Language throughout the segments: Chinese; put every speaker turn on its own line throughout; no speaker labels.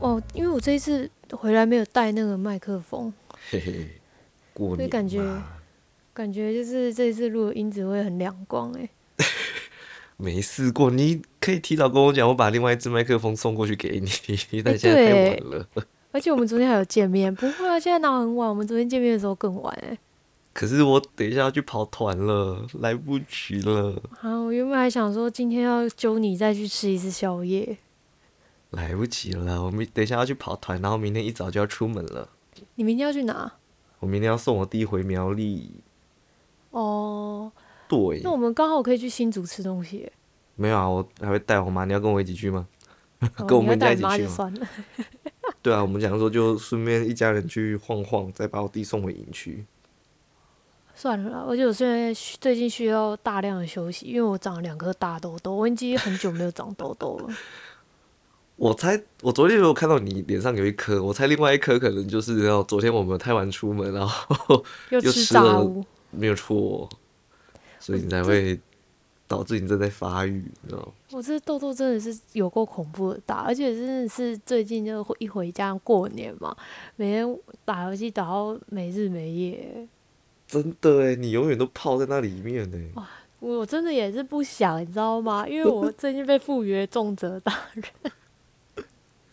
哦，因为我这一次回来没有带那个麦克风，
嘿嘿，过
所以
年
感觉
嘛
感觉就是这一次录的音质会很亮光哎、
没试过，你可以提早跟我讲，我把另外一支麦克风送过去给你。 但
哎
现在太晚
对
了，
而且我们昨天还有见面，不会啊，现在哪有很晚？我们昨天见面的时候更晚哎、
可是我等一下要去跑团了，来不及了，
啊，我原本还想说今天要揪你再去吃一次宵夜，
来不及了。我明等一下要去跑团，然后明天一早就要出门了。
你明天要去哪？
我明天要送我弟回苗栗。
哦，
对
那，我们刚好可以去新竹吃东西欸 耶、
没有啊，我还会带我妈。你要跟我一起去吗？
哦
跟我
你要
们家
带
一
你
起
妈
去
就
吗
算了。
对啊，我们讲说就顺便一家人去晃晃，再把我弟送回营区。
算了啦，而且我现在需最近需要大量的休息，因为我长了两颗大痘痘，我已经很久没有长痘痘了。
我猜，我昨天有看到你脸上有一颗，我猜另外一颗可能就是哦，昨天我们太晚出门，然后
又
又
吃
吃
炸
了
物，
没有错，所以你才会 导致你正在发育，你知道吗？
我这痘痘真的是有够恐怖的大，而且真的是最近就一回家过年嘛，每天打游戏打到没日没夜，
真的哎，你永远都泡在那里面哎，
我真的也是不想，你知道吗？因为我最近被赴约重责大 人，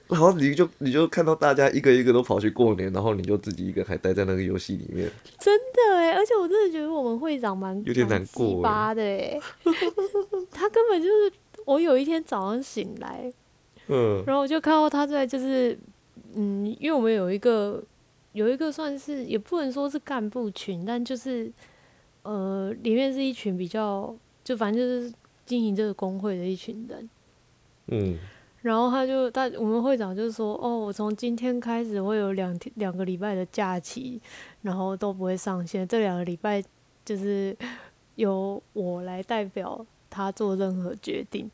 然后你就你就看到大家一个一个都跑去过年，然后你就自己一个还待在那个游戏里面，
真的哎，而且我真的觉得我们会长蛮
有点难过
蛮
欸
鸡巴的 哎，他根本就是我有一天早上醒来，
嗯，
然后我就看到他在就是，嗯，因为我们有一个有一个算是也不能说是干部群，但就是呃，里面是一群比较就反正就是经营这个工会的一群人。
嗯，
然后他就他我们会长就说，哦，我从今天开始会有两天两个礼拜的假期，然后都不会上线，这两个礼拜就是 由我来代表他做任何决定。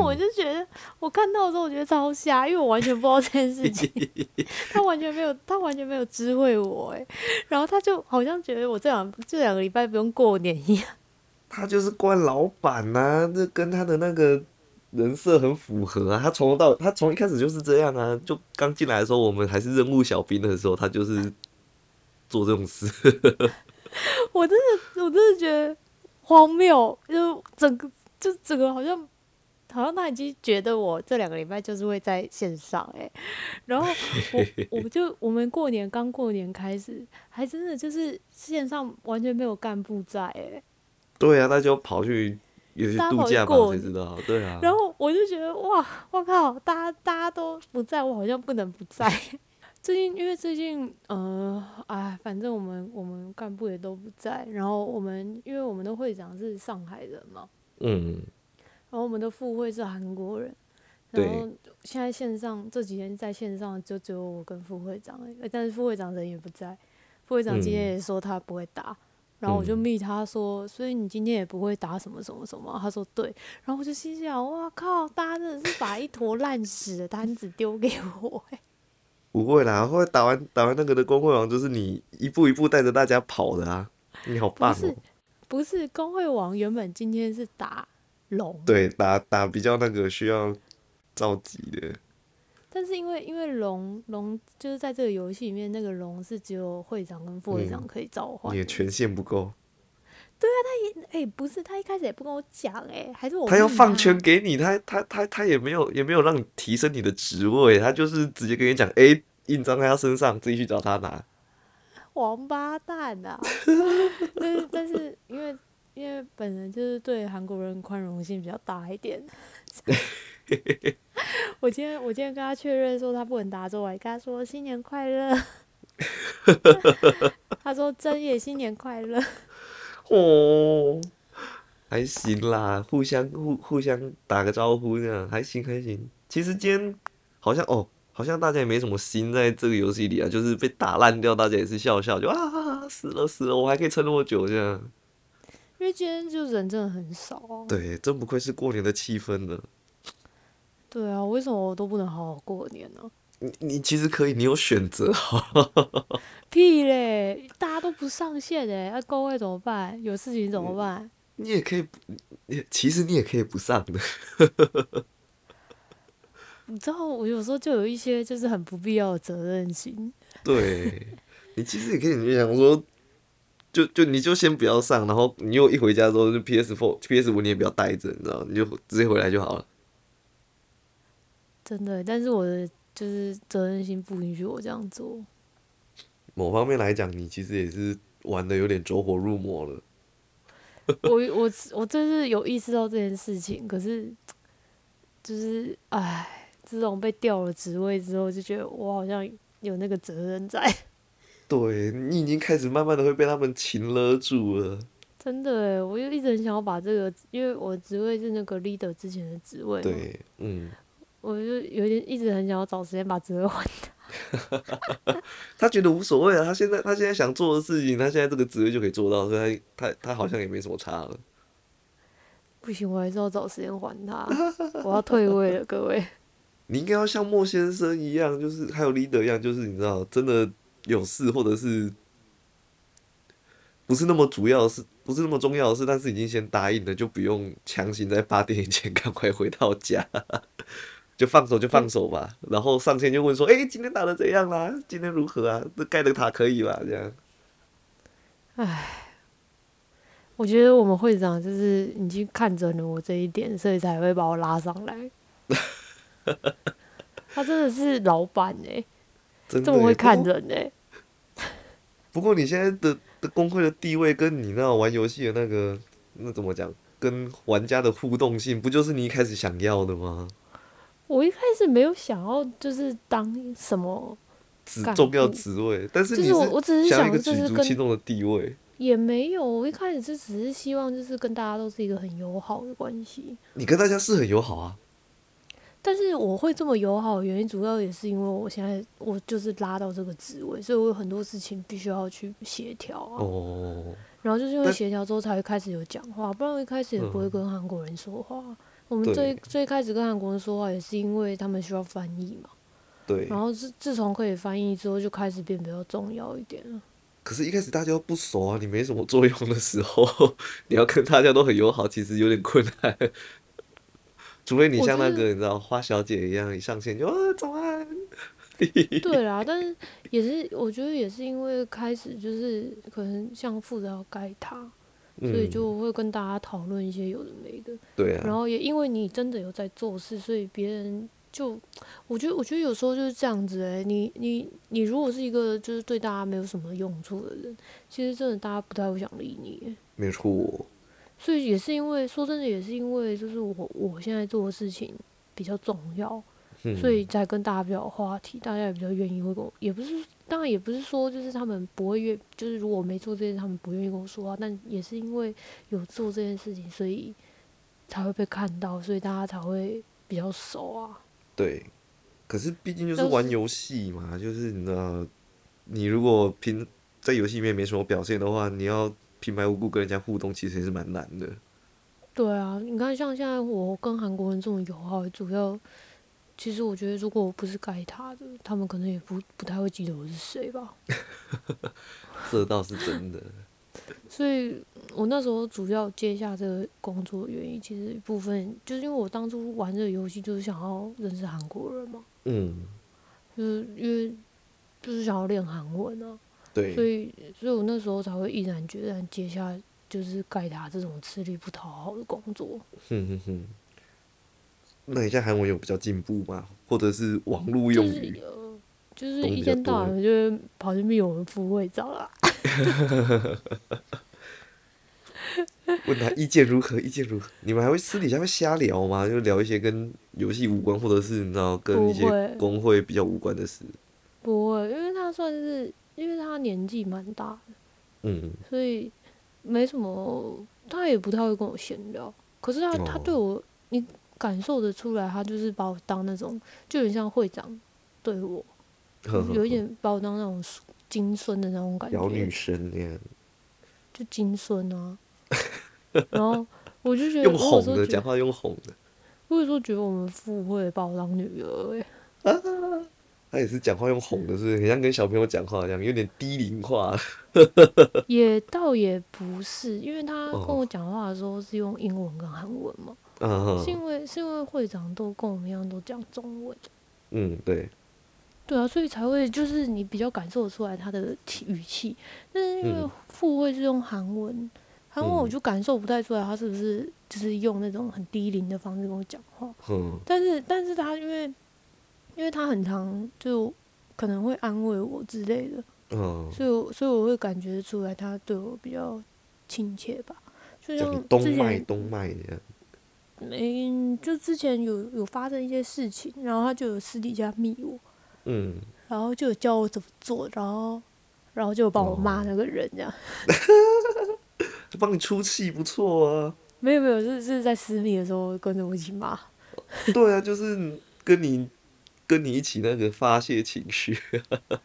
我
嗯
就觉得我看到的时候，我觉得超瞎，因为我完全不知道这件事情，他完全没有，他完全没有知会我哎，然后他就好像觉得我这两这两个礼拜不用过年一样，
他就是惯老板呐、这跟他的那个人设很符合啊。他从头到尾，他从一开始就是这样啊。就刚进来的时候，我们还是任务小兵的时候，他就是做这种事。
我真的我真的觉得荒谬，就整个就整个好像好像他已经觉得我这两个礼拜就是会在线上哎、然后我我就我们过年刚过年开始，还真的就是线上完全没有干部在哎、
对啊，那就跑去也去
大家
度
跑去
假吧，
过
谁知道？对啊，
然后我就觉得哇，我靠，大家大家都不在，我好像不能不在。 最近因为最近呃，哎，反正我们我们干部也都不在，然后我们因为我们的会长是上海人嘛，
嗯，
然后我们的副会是韩国人，
对
然后现在线上这几天在线上就只有我跟副会长而已，呃但是副会长人也不在，副会长今天
嗯
也说他不会打。然后我就
嗯
密他说，所以你今天也不会打什么什么什么啊？他说对，然后我就心想，哇靠，大家真的是把一坨烂屎的单子丢给我、欸，
不会啦，后来打完打完那个的工会王，就是你一步一步带着大家跑的啊，你好棒
不
哦、
是不是，工会王原本今天是打龙，
对，打打比较那个需要召集的，
但是因为因为龙龙就是在这个游戏里面，那个龙是只有会长跟副会长
嗯
可以召唤
你
的。
的权限不够，
哎、不是，他一开始也不跟我讲，哎，还是我
他要
问
放权给你，他他他他也没有也没有让你提升你的职位，他就是直接跟你讲，哎、印章在他身上，自己去找他拿。
王八蛋啊！ 但是但是因为因为本人就是对韩国人宽容性比较大一点， 我今天我今天跟他确认说他不能打之后，我还跟他说新年快乐， 他说真也新年快乐，
哦， 还行啦，互相互互相打个招呼这样，还行还行。其实今天好像哦，好像大家也没什么心在这个游戏里啊，就是被打烂掉，大家也是笑笑，就啊死了死了，我还可以撑那么久这样。
因为今天就人真的很少啊。
对，真不愧是过年的气氛呢。
对啊，为什么我都不能好好过年呢、
你你其实可以，你有选择哈。
屁嘞，大家都不上线哎，那、各位怎么办？有事情怎么办？
你 也可以不，你其实你也可以不上的。
你知道，我有时候就有一些就是很不必要的责任心。
对，你其实也可以，你就想说，就就你就先不要上，然后你又一回家之后，就 PS Four、PS 五你也不要带着，你知道，你就直接回来就好了。
真的，但是我的就是责任心不允许我这样做。
某方面来讲，你其实也是玩的有点走火入魔了。
我我我真是有意识到这件事情，可是就是唉，自从被调了职位之后，就觉得我好像有那个责任在。
对你已经开始慢慢的会被他们擒勒住了。
真的欸，我就一直很想要把这个，因为我的职位是那个 leader 之前的职位嘛，
对，嗯，
我就有点一直很想要找时间把职位换。
他觉得无所谓啊，他现在他现在想做的事情，他现在这个职位就可以做到，所以他他他好像也没什么差了。
不行，我还是要找时间还他，我要退位了，各位。
你应该要像莫先生一样，就是还有 leader 一样，就是你知道，真的有事或者是不是那么主要的事，不是那么重要的事，但是已经先答应了，就不用强行在八点以前赶快回到家， 就放手就放手吧。然后上线就问说：“哎、今天打的怎样啦？今天如何啊？这盖的塔可以吧？”这样
我觉得我们会长就是已经看准了我这一点，所以才会把我拉上 来。他真的是老板哎、
真的
这么
耶
会看
不过
人哎、
不过你现在的的工会的地位，跟你那玩游戏的那个那怎么讲，跟玩家的互动性，不就是你一开始想要的吗？
我一开始没有想要就是当什么，
职
干
重要
部
职位，但是
就
你
是我我只是
想要
想
一个
就
举
是
足
跟
轻重的地位，
也没有，我一开始就只是希望就是跟大家都是一个很友好的关系。
你跟大家是很友好啊。
但是我会这么友好，原因主要也是因为我现在我就是拉到这个职位，所以我有很多事情必须要去协调啊。
哦，
然后就是因为
但嗯
协调之后才会开始有讲话，不然我一开始也不会跟韩国人说话。我们
对
最最开始跟韩国人说话也是因为他们需要翻译嘛。
对
然。后自自从可以翻译之后，就开始变比较重要一点 了。
可是，一开始大家都不熟啊，你没什么作用的时候， 你要跟大家都很友好，其实有点困难。除非你
我
像那
觉得
个你知道花小姐一样，一上线就啊早安，
对啦，但是也是我觉得也是因为开始就是可能像负责要盖它，所以
嗯，
就会跟大家讨论一些有的没的。
对啊，
然后也因为你真的有在做事，所以别人就，我觉得我觉得有时候就是这样子哎、你你你如果是一个就是对大家没有什么用处的人，其实真的大家不太会想理你欸、
没错，
所以也是因为说真的，也是因为就是我我现在做的事情比较重要，
嗯
所以才跟大家比较有话题，大家也比较愿意会跟我，也不是当然也不是说就是他们不会愿，就是如果我没做这件事，他们不愿意跟我说话，但也是因为有做这件事情，所以才会被看到，所以大家才会比较熟啊。
对，可是毕竟就是
但
玩
是
游戏嘛，就是你知道，你如果平在游戏里面没什么表现的话，你要平白无故跟人家互动，其实也是蛮难的。
对啊，你看像现在我跟韩国人这么友好，主要其实我觉得如果我不是盖他的，他们可能也不不太会记得我是谁吧。
这倒是真 的。
所以我那时候主要接下这个工作的原因，其实一部分就是因为我当初玩这个游戏就是想要认识韩国人嘛，
嗯，
就是因为就是想要练韩文啊，所
对，
以所以我那时候才会毅然决然接下就是盖塔这种吃力不讨好的工作。
哼哼哼。那你现在韩文有比较进步吗？或者是网络
就
用
是
语？
呃，就是
懂比
一
较
天到
多
晚就会跑去密我们副会长啦。
问他意见如何？意见如何？你们还会私底下会瞎聊吗？就聊一些跟游戏无关，或者是你知道跟
不
一些
会
工会比较无关的事？
不会，因为他算是因为他年纪蛮大的
嗯，
所以没什么，他也不太会跟我闲聊。可是他、
哦
他对我，你感受得出来，他就是把我当那种，就很像会长对我，
呵呵
有一
呵，
点把我当那种金孙的那种感
聊女
觉，
生那样，
就金孙啊。 然后我就觉得，
用
我有
哄
时候
的，
觉
讲
得，
话用哄的。
我有时候觉得我们父会把我当女儿、欸，
他也是讲话用哄的，是不是很像跟小朋友讲话一样，有点低龄化。
也倒也不是，因为他跟
哦
我讲话的时候是用英文跟韩文嘛。
嗯
是
哼，
因为是因为会长都跟我们一样都讲中文，
嗯，对，
对啊，所以才会就是你比较感受得出来他的气语气，但是因为
嗯
副会是用韩文，韩文我
嗯
就感受不太出来他是不是就是用那种很低龄的方式跟我讲话，
嗯
但是但是他因为因为他很常就可能会安慰我之类的，
嗯，
所以我所以我会感觉出来他对我比较亲切吧，就
讲
像之
东脉
前
东脉这样，
没、就之前有有发生一些事情，然后他就有私底下密我，
嗯，
然后就有教我怎么做，然后然后就帮我骂
哦
那个人这样。
就帮你出气，不错啊。
没有没有，是是在私密的时候跟着我一起骂。
对啊，就是跟你跟你一起那个发泄情绪，啊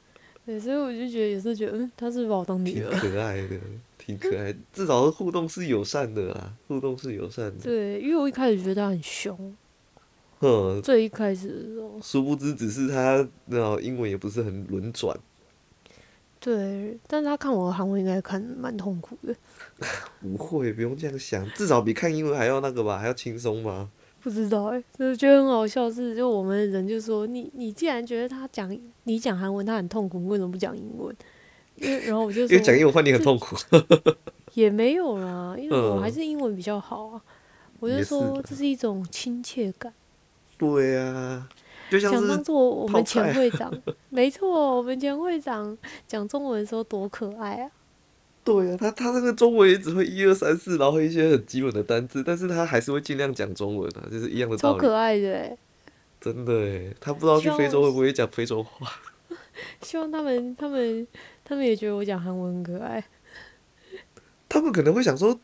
对，所以我就觉得有时候觉得，嗯，他是不是把我当女
挺
儿？
可爱的，挺可爱的。至少互动是友善的啦，互动是友善的。
对，因为我一开始觉得他很凶，
嗯，
最一开始的时候，
殊不知只是他那英文也不是很轮转，
对，但是他看我的韩文应该看得蛮痛苦的，
不会，不用这样想，至少比看英文还要那个吧，还要轻松吧。
不知道哎、就是觉得很好笑是，就我们人就说你你既然觉得他讲你讲韩文他很痛苦，你为什么不讲英文？ 因为然后我就
因为讲
说
英文换你很痛苦，
也没有啦，因为我
嗯
还是英文比较好啊。我就
也是
说
啦
这是一种亲切感。
对啊，就像
想当
是
做我
泡
们
菜
前
啊
会长，没错，我们前会长讲中文的时候多可爱啊！
对啊，他他那个中文也只会一二三四，然后一些很基本的单字，但是他还是会尽量讲中文啊，就是一样的
超
道理。
可爱的欸、
真的诶，他不知道去非洲会不会讲非洲话，
希望他们他们他们也觉得我讲韩文很可爱。
他们可能会想说，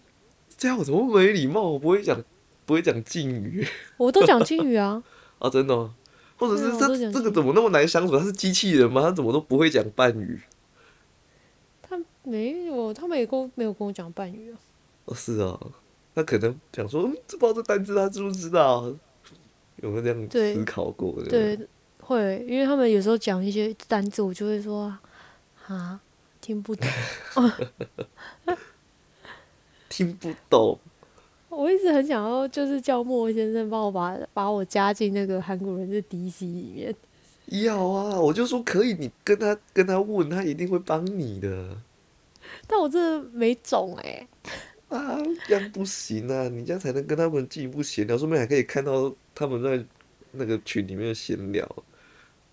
这样我怎么没礼貌？我不会讲，不会讲敬语
我都讲敬语啊，
啊，真的哦、或者
对啊
是
我
他
都讲
这
敬
个
语
怎么那么难相处？他是机器人吗？他怎么都不会讲半语？
他没有，他们也跟我没有跟我讲半语啊。
哦，是啊，他可能想说，嗯，这不知道这单字他知不知道？有没有这样
对
思考过？不，
对，会，因为他们有时候讲一些单字，我就会说啊，听不懂。
听不懂。
我一直很想要，就是叫莫先生帮我把把我加进那个韩国人的 DC 里面。
要啊，我就说可以，你跟他跟他问，他一定会帮你的
但我真的没种哎、
啊！这样不行啊，你这样才能跟他们进一步闲聊，说不定还可以看到他们在那个群里面的闲聊。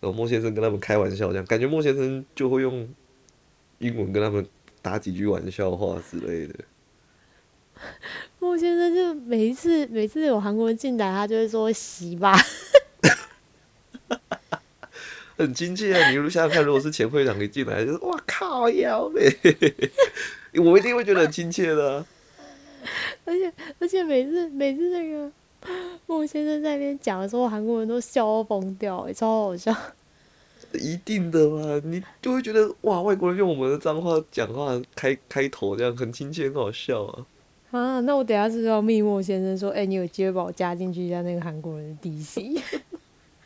然后莫先生跟他们开玩笑，这样感觉莫先生就会用英文跟他们打几句玩笑话之类的。
莫先生就每一次每次有韩国人进来，他就会说“洗吧
很亲切啊！你如想想看，如果是前会长一进来，就是哇靠腰嘞， 我一定会觉得很亲切的啊、”，
而且而且每次每次那个莫先生在那边讲的时候，韩国人都笑到疯掉、欸，超好笑。
一定的嘛，你就会觉得哇，外国人用我们的脏话讲话开开头这样很亲切，很好笑啊！
啊，那我等一下是不是要密莫先生说，哎、你有机会把我加进去一下那个韩国人的 DC，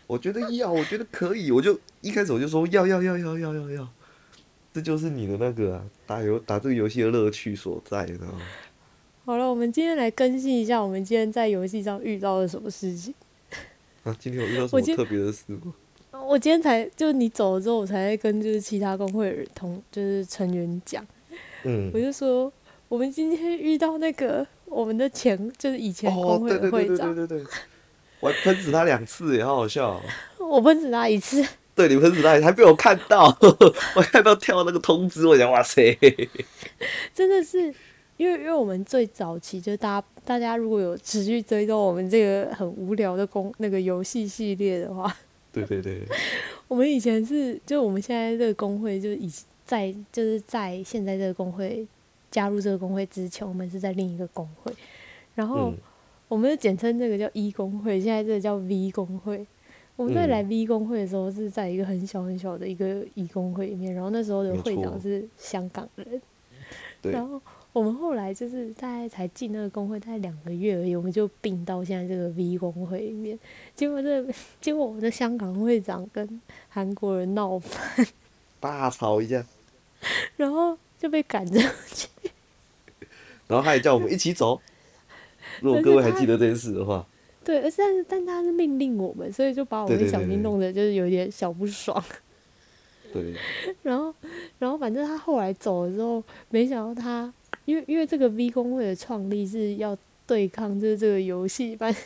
我觉得要，我觉得可以，我就一开始我就说要要要要要要要，这就是你的那个啊，打游打这个游戏的乐趣所在，你知道吗？
好了，我们今天来更新一下我们今天在游戏上遇到了什么事情。
啊，今天有遇到什
我
么
今
特别的事吗？
我今天才就你走了之后，我才在跟就是其他工会的同就是成员讲，
嗯
我，就说我们今天遇到那个我们的前就是以前
哦
工，会
对
的
对对
会
对
长
对，对对，我还喷死他两次耶，好好笑哦、
我不止他一次，
对，你喷子大爷还被我看到， 我看到跳那个通知，我想哇塞，
真的是因为因为我们最早期就是大家大家如果有持续追踪我们这个很无聊的公那个游戏系列的话，
对对对，
我们以前是就我们现在这个工会就以在就是在现在这个工会加入这个工会之前，我们是在另一个工会，然后
嗯，
我们就简称这个叫一工会，现在这个叫 V 工会。我们在
嗯
来 V 工会的时候，是在一个很小很小的一个一工会里面，然后那时候的
没
会
错
长是香港人，
对，
然后我们后来就是大概才进那个工会，大概两个月而已，我们就并到现在这个 V 工会里面。结果这 结果我们的香港会长跟韩国人闹翻，
大吵一架，
然后就被赶着。
然后他也叫我们一起走，如果
但是
各位还
他
记得这件事的话，
对，而是但是但他是命令我们，所以就把我
对
跟
对
小
对
新
对
弄得就是有点小不爽。
对，
然后，然后反正他后来走了之后，没想到他，因为因为这个 V 工会的创立是要对抗就是这个游戏，反正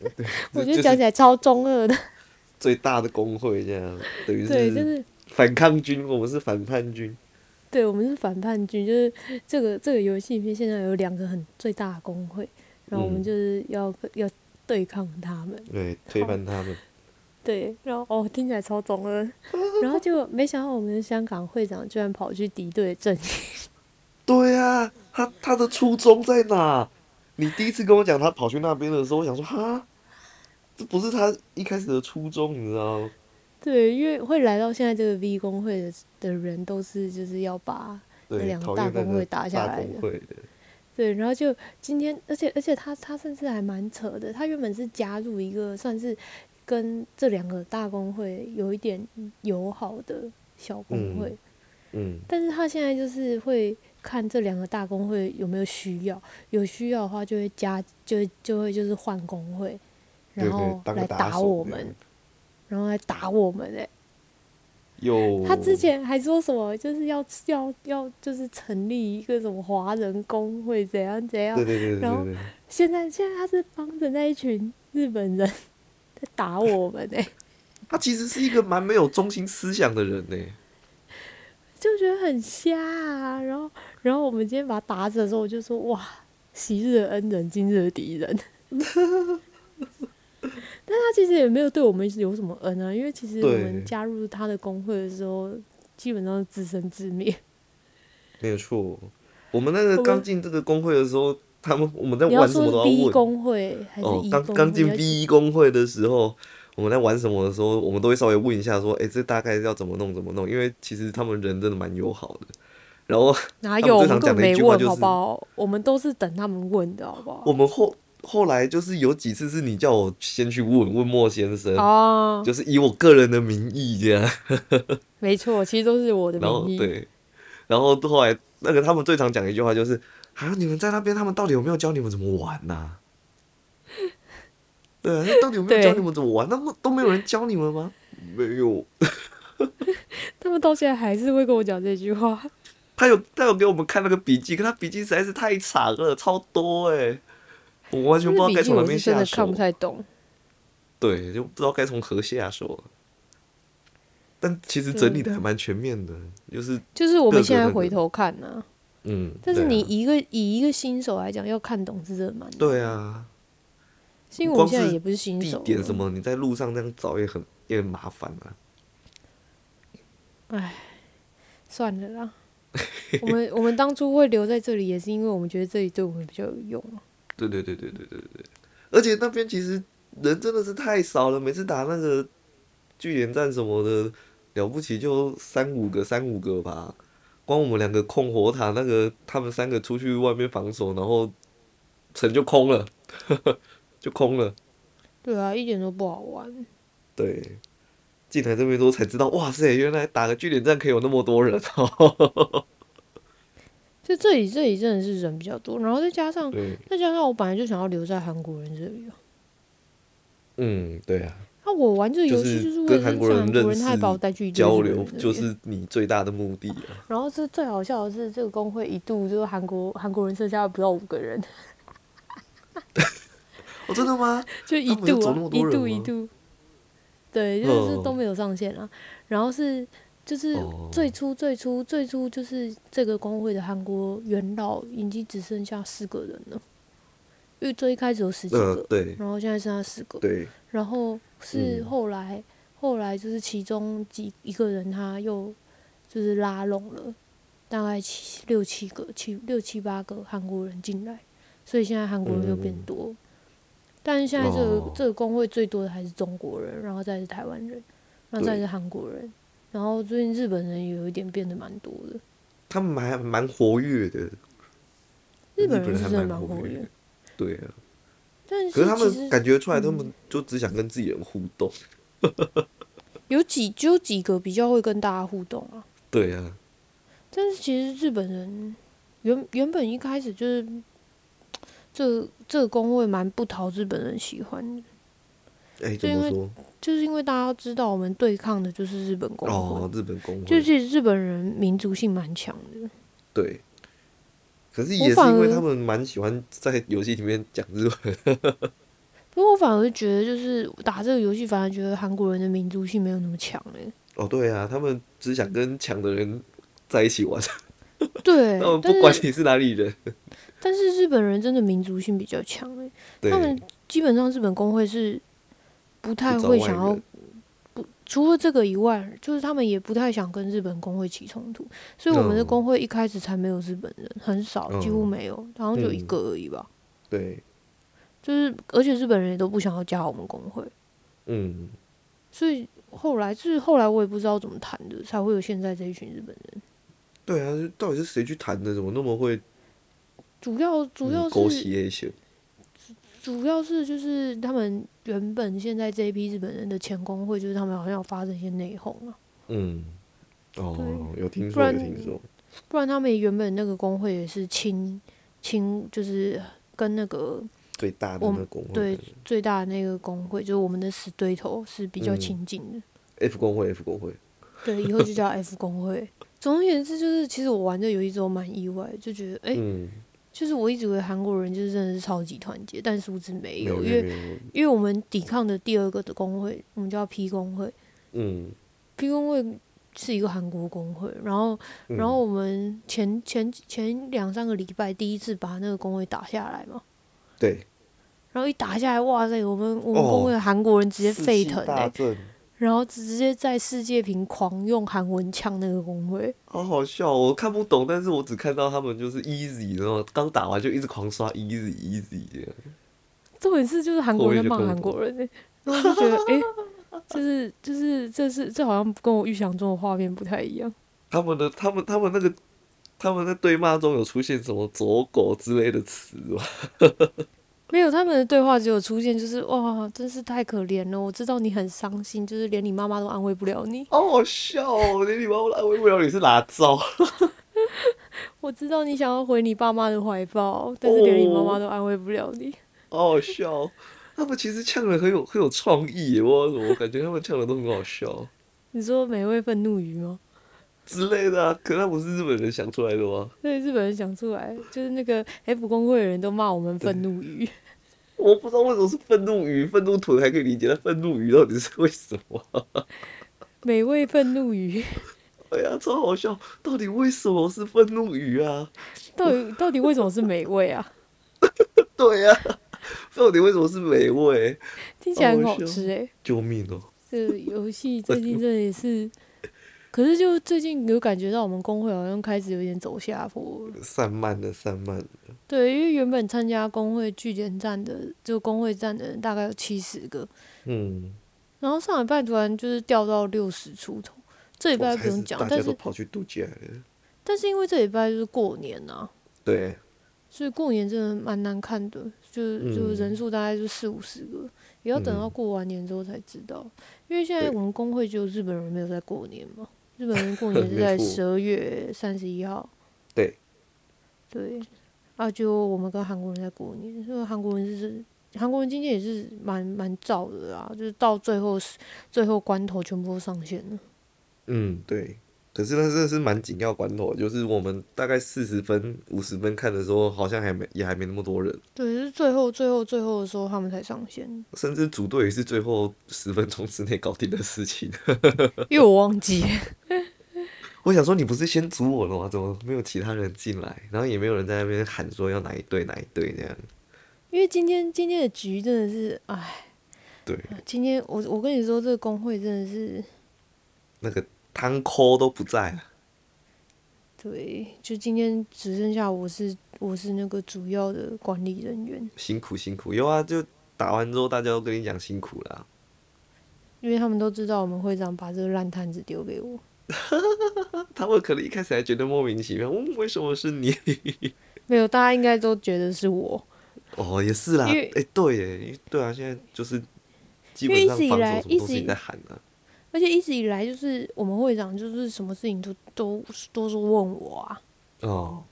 我觉
呃就
得讲
是
起来超中二的。
最大的工会这样，等于
对，就是是
反抗军，我们是反叛军，
对我们是反叛军，就是这个这个游戏里面现在有两个很最大的工会，然后我们
嗯
就是要、要对抗他们。
对，推翻他
哦
们，
对，然后哦，听起来超中 二。然后就没想到我们的香港会长居然跑去敌对阵营。
对啊，他他的初衷在哪？你第一次跟我讲他跑去那边的时候，我想说哈，这不是他一开始的初衷，你知道吗？
对，因为会来到现在这个 V 工会的的人，都是就是要把那
对，
两个
讨
大
厌那
工
个
会打下
大
来
工
的
会的，
对，然后就今天，而且而且他他甚至还蛮扯的，他原本是加入一个算是跟这两个大工会有一点友好的小工
嗯
会，
嗯，
但是他现在就是会看这两个大工会有没有需要，有需要的话就会加，就就会就是换工会，
对
然
对
后，
当个
来
打
打
手
我
这样
们，然后来打我们哎、
有
他之前还说什么，就是要要要，就是成立一个什么华人工会怎样怎样
对。对对对
然后
对对，
现在现在他是帮着那一群日本人 在打我们哎、
他其实是一个蛮没有中心思想的人呢、
就觉得很瞎啊。然后然后我们今天把他打死的时候，我就说哇，昔日的恩人，今日的敌人。 但他其实也没有对我们有什么恩啊，因为其实我
对
们加入他的工会的时候，基本上是自生自灭。
没有错。我们那个
我们
刚进这个工会的时候，他们我们在
你要
玩什
说
么
是
都
B
问。
工会还是
哦
E，
刚
工会？
刚进
你要
B 一工会的时候，我们在玩什么的时候，我们都会稍微问一下说，哎、这大概要怎么弄怎么弄？因为其实他们人真的蛮友好的。然后
哪
他
有？我
们
们
最常
根
讲
本
的一
没
句话
问，
就
好
是
不好？我们都是等他们问的，好不好？
我们后后来就是有几次是你叫我先去问问莫先生，
哦，
就是以我个人的名义这样。
没错，其实都是我的
然后
名义。
对，然后后来那个他们最常讲的一句话就是：“啊，你们在那边，他们到底有没有教你们怎么玩呐、 对啊，那到底有没有教
对
你们怎么玩？那么都没有人教你们吗？没有。
他们到现在还是会跟我讲这句话。
他有他有给我们看那个笔记，可他笔记实在是太长了，超多哎、我完全
但是
不知道
笔
该
记
从哪
我
边
是真
下
的看
手
不。太懂。
对，就不知道该从何下手了。但其实整理的还蛮全面的，就是
就是我
各
们
个
现在
那个
回头看呢、
嗯，
但是
对啊
你一个、以一个新手来讲，要看懂是真的蛮难。
对，啊，
是因为我们
光
现在
是
也不是新
地
手。
点什？么，你在路上这样找也很也很麻烦啊。
算了 啦。我们我们当初会留在这里，也是因为我们觉得这里对我们比较有用啊。
对对对对对对对对，而且那边其实人真的是太少了，每次打那个据点战什么的，了不起就三五个三五个吧。光我们两个控火塔，那个他们三个出去外面防守，然后城就空了， 就空了。
对啊，一点都不好玩。
对，进来这边之后才知道，哇塞，原来打个据点战可以有那么多人哦。
就这里这里真的是人比较多，然后再加上
对，
再加上我本来就想要留在韩国人这里啊。
嗯，对啊，
那、我玩这个游
就是
戏就是为
跟
了
韩
认
国
识
人
韩国
认
人，他还
识
把我带去一堆
交
日本
流
人那
就
边
是你最大的目的啊。
然后是最好笑的是，这个工会一度就是韩国韩国人剩下不到五个人，
哦，真的吗？
就一
他们有
度
走
啊
那么，
一
多人
度
吗
一度，对，就是
哦
都没有上线啊。然后是就是
哦
最初最初最初就是这个工会的韩国元老已经只剩下四个人了，因为最一开始有十几
呃
个，，
对
然后现在剩下四个，
对，
然后是
嗯
后来、后来就是其中几一个人他又就是拉拢了大概七六七个七六七八个韩国人进来，所以现在韩国人又变
嗯
多。但是现在这个、
哦
这个工会最多的还是中国人，然后再是台湾人，然后再
对
是韩国人，然后最近日本人也有一点变得蛮多的。
他们还蛮活跃的，
日
本
本人是
还
真的
蛮
蛮活
跃
跃
的，，对啊。
但
可
是
是他
其
们
实嗯
感觉出来，他们就只想跟自己人互动，
有几只有几个比较会跟大家互动啊。
对啊，
但是其实日本人原原本一开始就是，这这个工会蛮不讨日本人喜欢的，
哎，
就
怎
因
么
为
说？
就是因为大家知道我们对抗的就是日本工会，
哦，日本工会
就其实日本人民族性蛮强的。
对，可是
我
也是
反
因为
而
他们蛮喜欢在游戏里面讲日文。
不过我反而觉得，就是打这个游戏，反而觉得韩国人的民族性没有那么强哎、
哦，对啊，他们只想跟抢的人在一起玩，
对
他们，不
但
管
是
你是哪里人。
但是日本人真的民族性比较强哎、
对
他，们基本上日本工会是不太
不招
会
外
想要
人
不，除了这个以外，就是他们也不太想跟日本工会起冲突，所以我们的
嗯
工会一开始才没有日本人，很少，几乎
嗯
没有，好像就一
嗯
个而已吧。
对，
就是而且日本人也都不想要加我们工会，
嗯，
所以后来就是后来我也不知道怎么谈的，才会有现在这一群日本人。
对啊，到底是谁去谈的？怎么那么会
主要主要
嗯勾
是、
起一些？
主要是就是他们原本现在这一批日本人的前工会，就是他们好像有发生一些内讧啊，
嗯，哦，有听
不
说，
然
有听说，
不然他们原本那个工会也是亲亲，就是跟那个
最大的
我
那个工会，
对最大的那个工会，就是我们的死对头是比较
嗯
亲近的。
F 工会，F 工会，
对，以后就叫 F 工会。总而言之，就是其实我玩这游戏之后蛮意外，就觉得哎、诶
嗯，
就是我一直以为韩国人就是真的是超级团结，但殊不知没
没
有，
有，
因
没有，
为
没有
因为我们抵抗的第二个的工会，我们叫 P 工会
嗯，
，P 工会是一个韩国工会，然后
嗯
然后我们前前前两三个礼拜第一次把那个工会打下来嘛，
对，
然后一打下来，哇塞，我们我们
哦
工会的韩国人直接
士
沸
气
腾哎、
大振，
然后直接在世界屏狂用韩文呛那个工会。
好好笑哦，我看不懂，但是我只看到他们就是 easy，然后刚打完就一直狂刷 easy easy，
重点是就是韩国人在骂韩国人、欸，然后我就觉得诶， 就是就是这是这好像跟我预想中的画面不太一样。
他们的他们他们那个他们在对骂中有出现什么走狗之类的词吗？
没有他们的对话只有出现就是哇，真是太可怜了，我知道你很伤心，就是连你妈妈都安慰不了你，
好好笑哦，连你妈我安慰不了你是哪招？
我知道你想要回你爸妈的怀抱，但是连你妈
哦
妈都安慰不了你。
好好笑哦，他们其实呛的很有很有创意耶，我我感觉他们呛的都很好笑
你说美味愤怒鱼吗？
之类的啊，可那不是日本人想出来的吗？
对，日本人想出来，就是那个 F 工会的人都骂我们愤怒鱼。
我不知道为什么是愤怒鱼，愤怒豚还可以理解，但愤怒鱼到底是为什么？
美味愤怒鱼，
哎呀，超好笑！到底为什么是愤怒鱼啊？
到底到底为什么是美味啊？
对呀、到底为什么是美味？
听起来很
好
好
笑
吃诶、欸
救命哦！
这个游戏最近这也是，可是就最近有感觉到我们工会好像开始有点走下坡了。
散漫的散漫的，
对，因为原本参加工会据点战的，就工会战的人大概有七十个，
嗯，
然后上礼拜突然就是掉到六十出头，这礼
我
拜
才
不用
是
讲
大，
但
家都
是
跑去度假了。
但是因为这礼拜就是过年啊，
对，
所以过年真的蛮难看的，就是就
嗯
人数大概就四五十个，也要等到
嗯
过完年之后才知道，因为现在
对
我们工会只有日本人没有在过年嘛，日本人 过年是
没
在
错
十二月三十一号，
对，
对，啊，就我们跟韩国人在过年，所以韩国人是韩国人今天也是蛮蛮燥的啦，就是到最后时最后关头全部都上线了，
嗯，对。可是那真的是蛮紧要关头，就是我们大概四十分、五十分看的时候，好像还没也还没那么多人，
对，就是最后最后最后的时候他们才上 线，
甚至组队也是最后十分钟之内搞定的事情。
因为我忘记了。
我想说，你不是先组我了吗？怎么没有其他人进来？然后也没有人在那边喊说要哪一队哪一队这样。
因为今天今天的局真的是，哎，
对，
今天我我跟你说，这个工会真的是，
那个汤抠都不在了。
对，就今天只剩下我是我是那个主要的管理人员，
辛苦辛苦，有啊，就打完之后大家都跟你讲辛苦啊啦。
因为他们都知道我们会长把这个烂摊子丢给我，
他们可能一开始还觉得莫名其妙，嗯，为什么是你？
没有，大家应该都觉得是我，
哦，也是啦，
因为
哎、对耶，因为对啊，现在就是基本
因为一
上
直以
防
来
守什么都是
一直
你在喊啊。
而且一直以来就是我们会长就是什么事情都都都是问我啊，
哦，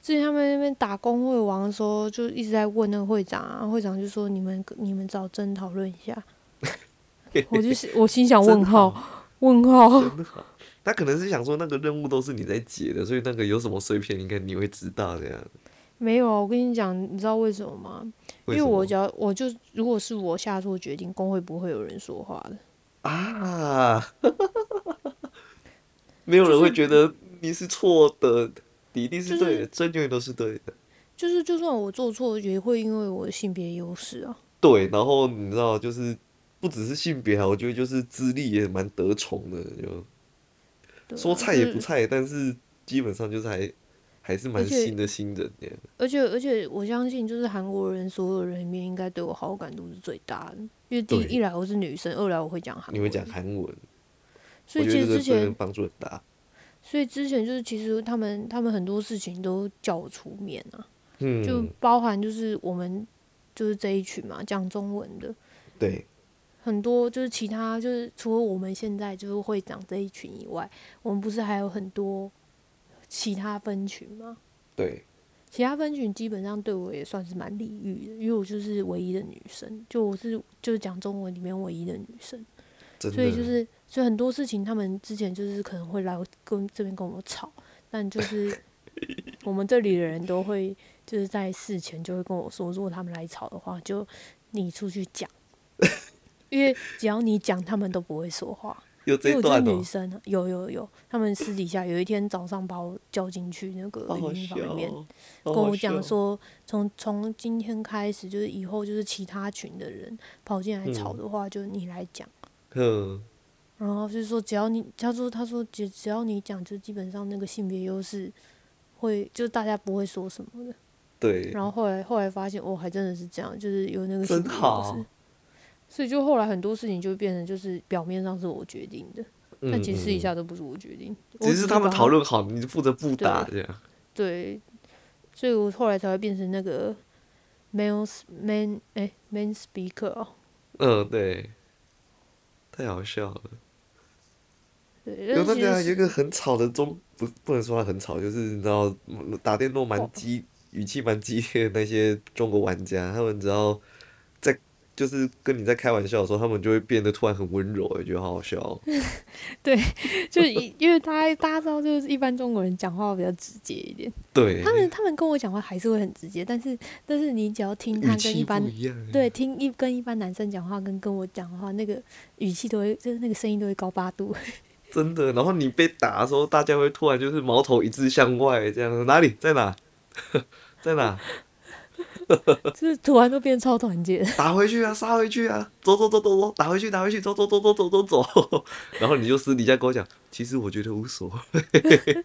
最近他们那边打工会王的时候，就一直在问那个会长啊，会长就说你们你们找真讨论一 下。我就是我心想问号问号，
真好。他可能是想说那个任务都是你在解的，所以那个有什么碎片，应该你会知道的呀。
没有啊，我跟你讲，你知道为什么吗？因为
什么
我只要我就如果是我下错决定，工会不会有人说话的。
啊， 没有人会觉得你是错的，你一定是对的，真永远都是对的。
就是就算我做错，也会因为我的性别优势啊。
对，然后你知道，就是不只是性别啊，我觉得就是资历也蛮得宠的，就
对啊
说菜也
就
不
是
菜，但是基本上就是还还是蛮
而且
新的新人耶。
而且而且，我相信就是韩国人所有人里面，应该对我好感度是最大的。因为第一
对
一来我是女生，二来我会讲韩文，
你会讲韩文，
所
我
以其
觉
实
得
之
这个真的
前，
帮助很大。
所以之前就是其实他们他们很多事情都叫我出面啊，就
嗯，
包含就是我们就是这一群嘛，讲中文的
对，
很多就是其他就是除了我们现在就是会长这一群以外，我们不是还有很多其他分群吗？
对，
其他分群基本上对我也算是蛮礼遇的，因为我就是唯一的女生，就我是就是讲中文里面唯一的女生，
真的。
所以就是所以很多事情他们之前就是可能会来跟这边跟我吵，但就是 我们这里的人都会就是在事前就会跟我说，如果他们来吵的话，就你出去 讲，因为只要你讲，他们都不会说话。
有
因
这
为
一
我就是
段
女
哦，
生啊，有有有，他们私底下有一天早上把我叫进去那个
好好
语音
笑
房里面，
哦，
跟
跟
我讲说，从从今天开始，就是以后就是其他群的人跑进来吵
嗯
的话，就你来讲。
嗯，
然后就是说，只要你，他说他说只只要你讲，就基本上那个性别优势会，就大家不会说什么的。
对，
然后后来后来发现，哦，还真的是这样，就是有那个性
真
别优
好
势。所以就后来很多事情就变成就是表面上是我决定的，但
嗯
其实私底
嗯
下都不是我决定。我
只是他们
把它
讨论好，你就负责不打这样。
对，所以我后来才会变成那个 male s- man 哎、man speaker 哦，
嗯，对，太好笑了。
对，
有
但是
那
其
个啊
实
有
是
一个很吵的中，不不能说他很吵，就是你知道嗯打电动蛮
哦
激，语气蛮激烈的那些中国玩家，他们只要在就是跟你在开玩笑的时候，他们就会变得突然很温柔，我觉得好好 笑哦。
就一因为大家大家知道，就是一般中国人讲话比较直接一点，
对，
他们他们跟我讲话还是会很直接，但是但是你只要听他
语
跟一
气
般
不一样欸。
对听一跟一般男生讲话跟跟我讲话那个语气都会就是那个声音都会高八度，
真的，然后你被打的时候，大家会突然就是矛头一致向外，这样哪里在哪， 在哪，
就是突然都变超团结。
打回去啊，杀回去啊，走走走走走，打回去打回去，走走走走走走走， 然后你就私底下跟我讲，其实我觉得无所谓，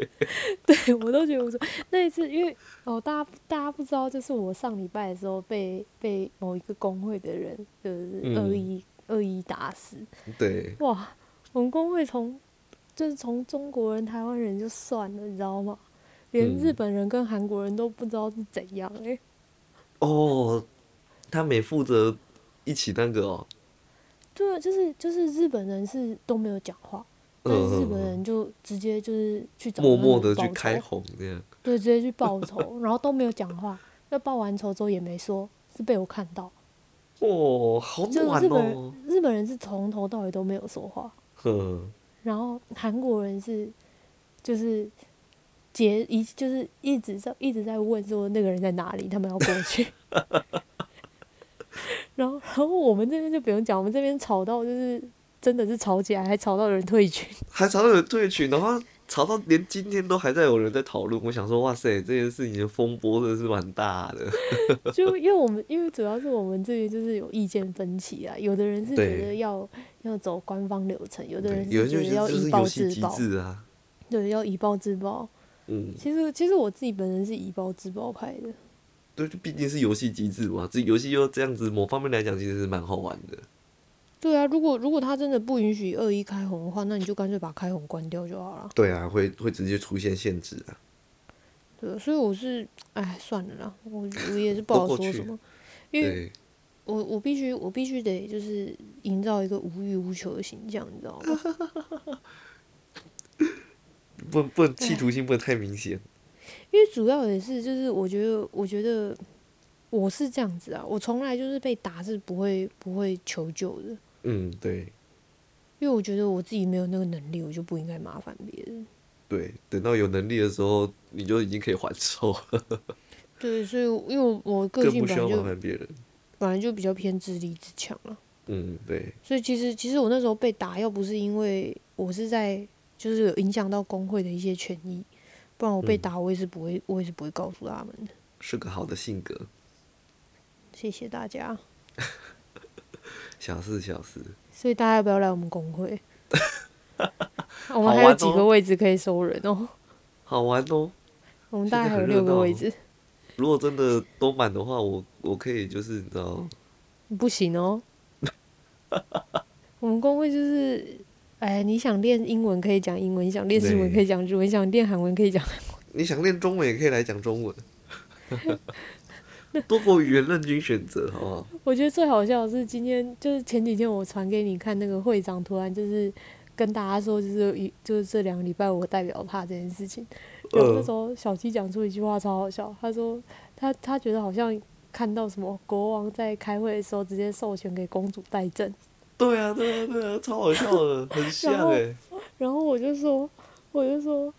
对我都觉得无所谓。那一次，因为哦，大家大家不知道，就是我上礼拜的时候被被某一个工会的人就是
嗯
恶意、恶意打死，
对，
哇！我们工会从就是从中国人、台湾人就算了，你知道吗？连
嗯
日本人跟韩国人都不知道是怎样哎、
哦，他每负责一起那个哦，
对，啊就是就是日本人是都没有讲话，但是日本
嗯，
人就直接就是去找
默
他
默
们
的去
报
开
仇
红这样，
对，直接去报仇，然后都没有讲话。那报完仇之后也没说，是被我看到。
哦，好
就
暖
日本
哦
人，，日本人是从头到尾都没有说话，
哼，
然后韩国人是就是结一就是一直在一直在问说那个人在哪里，他们要过去。 然后，然后我们这边就不用讲，我们这边吵到就是真的是吵起来，还吵到有人退群。
还吵到有退群，然后吵到连今天都还在有人在讨论，我想说，哇塞，这件事情的风波真的是蛮大的，
就因为我们，因为主要是我们这边就是有意见分歧啊，有的人是觉
对
得要要走官方流程，有的
对
人
有
是
人
觉
就
得
觉得
要
这是
以
游
暴
戏
制
机
暴，
制啊，
对，要以暴制暴。
嗯。
其实，其实我自己本人是以暴制暴派的，
对，就毕竟是游戏机制嘛，这游戏又这样子，某方面来讲其实是蛮好玩的。
对啊，如果如果他真的不允许恶意开红的话，那你就干脆把开红关掉就好了。
对啊，会会直接出现限制啊。
对，所以我是，哎，算了啦，我我也是不
都
好
过
说
去
什
了
么，因为
对，
我我必须我必须得就是营造一个无欲无求的形象，你知道 吗？
不不能企图心不能太明显。
因为主要也是就是我觉得，我觉得我是这样子啊，我从来就是被打是不会不会求救的，
嗯，对
因为我觉得我自己没有那个能力，我就不应该麻烦别人。
对，等到有能力的时候，你就已经可以还手了，
对，所以因为我我个
更
性
不需
本
要
来
麻
就
烦别人。
本来就比较偏自立自强啊了，
嗯，对，
所以其实其实我那时候被打，要不是因为我是在就是有影响到工会的一些权益，不然我被
嗯
打，我也是不会我也是不会告诉他们的。
是个好的性格，
谢谢大家，
小事小事。
所以大家要不要来我们工会？ 我
好
们还有
玩
几个
哦
位置可以收人 哦。
好玩哦。
我们
现
大概
在
还有
很
六
热
个
闹
位
哦
置，
如果真的都满的话，我我可以就是你知道，
不行 哦。我们工会就是，哎，你想练英文可以讲英文，你想练日文
对
可以讲日文，你想练韩文可以讲。
你想练中文也可以来讲 中文，多国语言任君选择，好不好？
我觉得最好笑的是今天，就是前几天我传给你看那个会长，突然就是跟大家说，就是一就是这两个礼拜我代表他这件事情。然后那时
呃，
候小七讲出一句话超好笑，他说他他觉得好像看到什么国王在开会的时候直接授权给公主带阵。
对啊，对啊，对啊，超好笑的， 很像
后
哎、
然后我就说，我就说，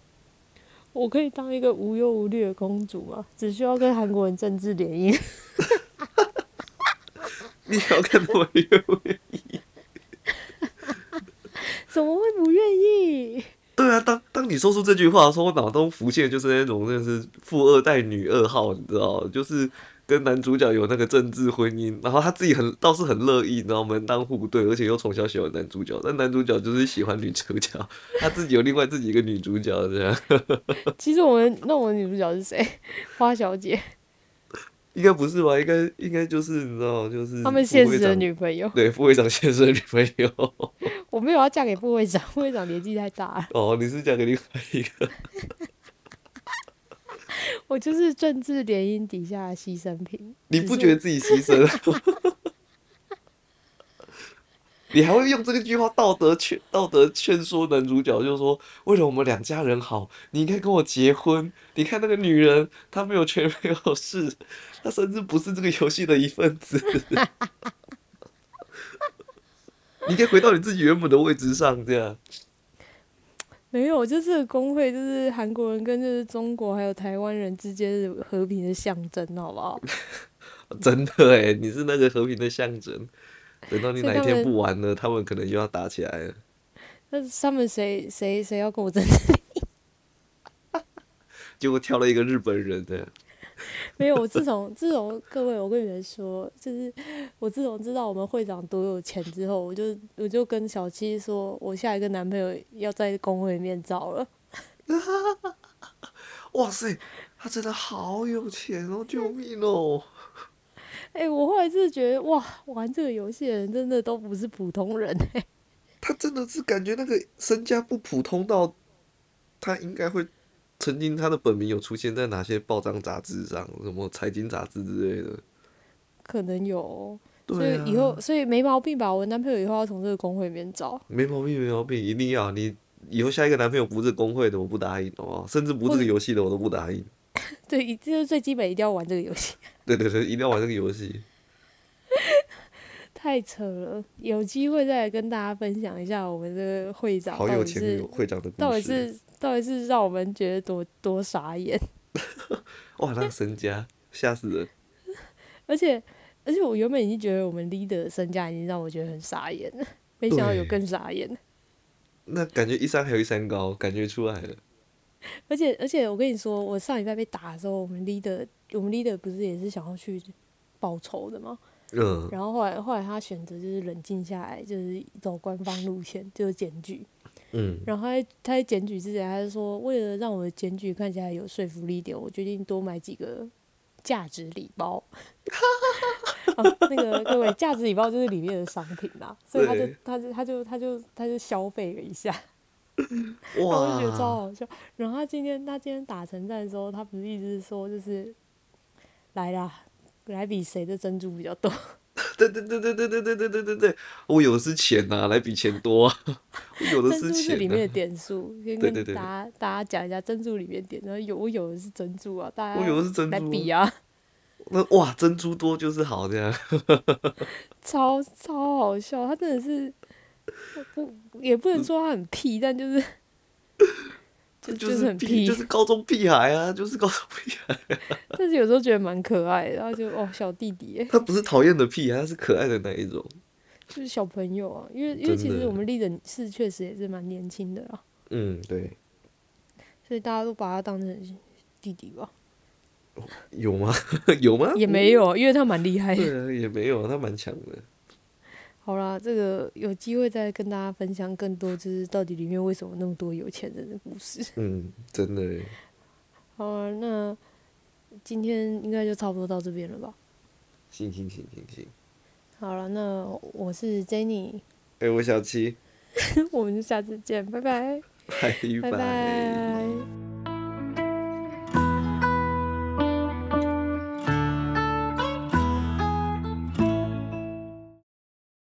我可以当一个无忧无虑的公主嘛，只需要跟韩国人政治联姻。
你想要看我约会？
怎么会不愿意？
对啊，当当你说出这句话的时候，我脑中浮现就是那种真的是富二代女二号，你知道，就是跟男主角有那个政治婚姻，然后她自己很倒是很乐意，你知道门当户对，而且又从小喜欢男主角，但男主角就是喜欢女主角，她自己有另外自己一个女主角这样，
其实我们那我们女主角是谁？花小姐，
应该不是吧？应该应该就是你知道，就是
他们
副
现
会
实的
长
女朋友。
对副会长先生的女朋友。
我没有要嫁给副会长，副会长年纪太大了。
哦，你是讲给另外一个？
我就是政治联姻底下的牺牲品。
你不觉得自己牺牲 了？你还会用这个句话道德劝道德劝说男主角，就是说为了我们两家人好，你应该跟我结婚。你看那个女人，她没有权没有势，她甚至不是这个游戏的一份子。 你应该回到你自己原本的位置上，这样。
没有，就这个工会就是韩国人跟就是中国还有台湾人之间的和平的象征，好不 好？
真的哎，你是那个和平的象征。等到你
所以
哪一
他
天
们
不玩了，他们可能又要打起来了。
那他们谁谁谁要跟我争
结果挑了一个日本人的，
没有，我自从自从各位，我跟你们说，就是我自从知道我们会长多有钱之后，我就我就跟小七说，我下一个男朋友要在工会里面找了。
哇塞，他真的好有钱哦！救命哦！
哎、我后来真的觉得，哇，玩这个游戏的人真的都不是普通人、哎，
他真的是感觉那个身家不普通到，他应该会曾经他的本名有出现在哪些报章杂志上，什么财经杂志之类的。
可能有哦、所
对
以
啊，
以后所以没毛病吧？我男朋友以后要从这个工会里面找，
没毛病，没毛病，一定要你以后下一个男朋友不是工会的，我不答应，好不好？甚至不是这个游戏的，我都不答应。
对，一这是最基本，一定要玩这个游戏。
对对对，一定要玩这个游戏。
太扯了，有机会再来跟大家分享一下我们这个会长
好
到
有
底
钱
是
有会长的故事，
到底是到底是让我们觉得多多傻眼，
哇，那身家吓死人。
而且而且我原本已经觉得我们 leader 的身价已经让我觉得很傻眼了，没想到有
对
更傻眼的。
那感觉一山还有一山高，感觉出来了。
而且而且我跟你说，我上礼拜被打的时候，我们 leader 我们 leader 不是也是想要去报仇的吗？
嗯，
然后后来后来他选择就是冷静下来，就是走官方路线，就是检举。
嗯，
然后他在他在检举之前，他就说为了让我的检举看起来有说服力一点，我决定多买几个价值礼包。 啊、那个各位，价值礼包就是里面的商品啦，所以他就
对
他就他就他就他就消费了一下，然后我就觉得超
哇，
好笑。然后他今天他今天打成战的时候，他不是一直说就是来啦，来比谁的珍珠比较多。
对对对对对对对对对对对，我有的是钱呐、哪来比钱多啊，我有的
珍珠是
钱
里
呐、
面的点数，先
对
跟
对对对
大家大家讲一下珍珠里面点，然后有我有的是珍珠啊，大家
我有的是珍
来比
珠啊，
啊，
那哇珍珠多就是好这样，
超超好笑，他真的是不也不能说他很屁，但就是 就
就是
很
屁，
屁，
就是高中屁孩啊，就是高中屁孩，
但是有时候觉得蛮可爱的，然后就哦小弟弟耶，
他不是讨厌的屁孩，他是可爱的那一种，
就是小朋友啊，因为因为其
真
实
的
我们立的是确实也是蛮年轻的啊啦，
嗯，对，
所以大家都把他当成弟弟吧，
有吗？ 有吗？
也没有，因为他蛮厉害的。
对啊，也没有啊，他蛮强的，
好啦，这个有机会再跟大家分享更多，就是到底里面为什么那么多有钱人的故事。
嗯，真的耶，
好啊，那今天应该就差不多到这边了吧？
行行行行行，
好了，那我是 Jenny，
哎、我小七，
我们就下次见，拜拜，
拜
拜
拜
拜。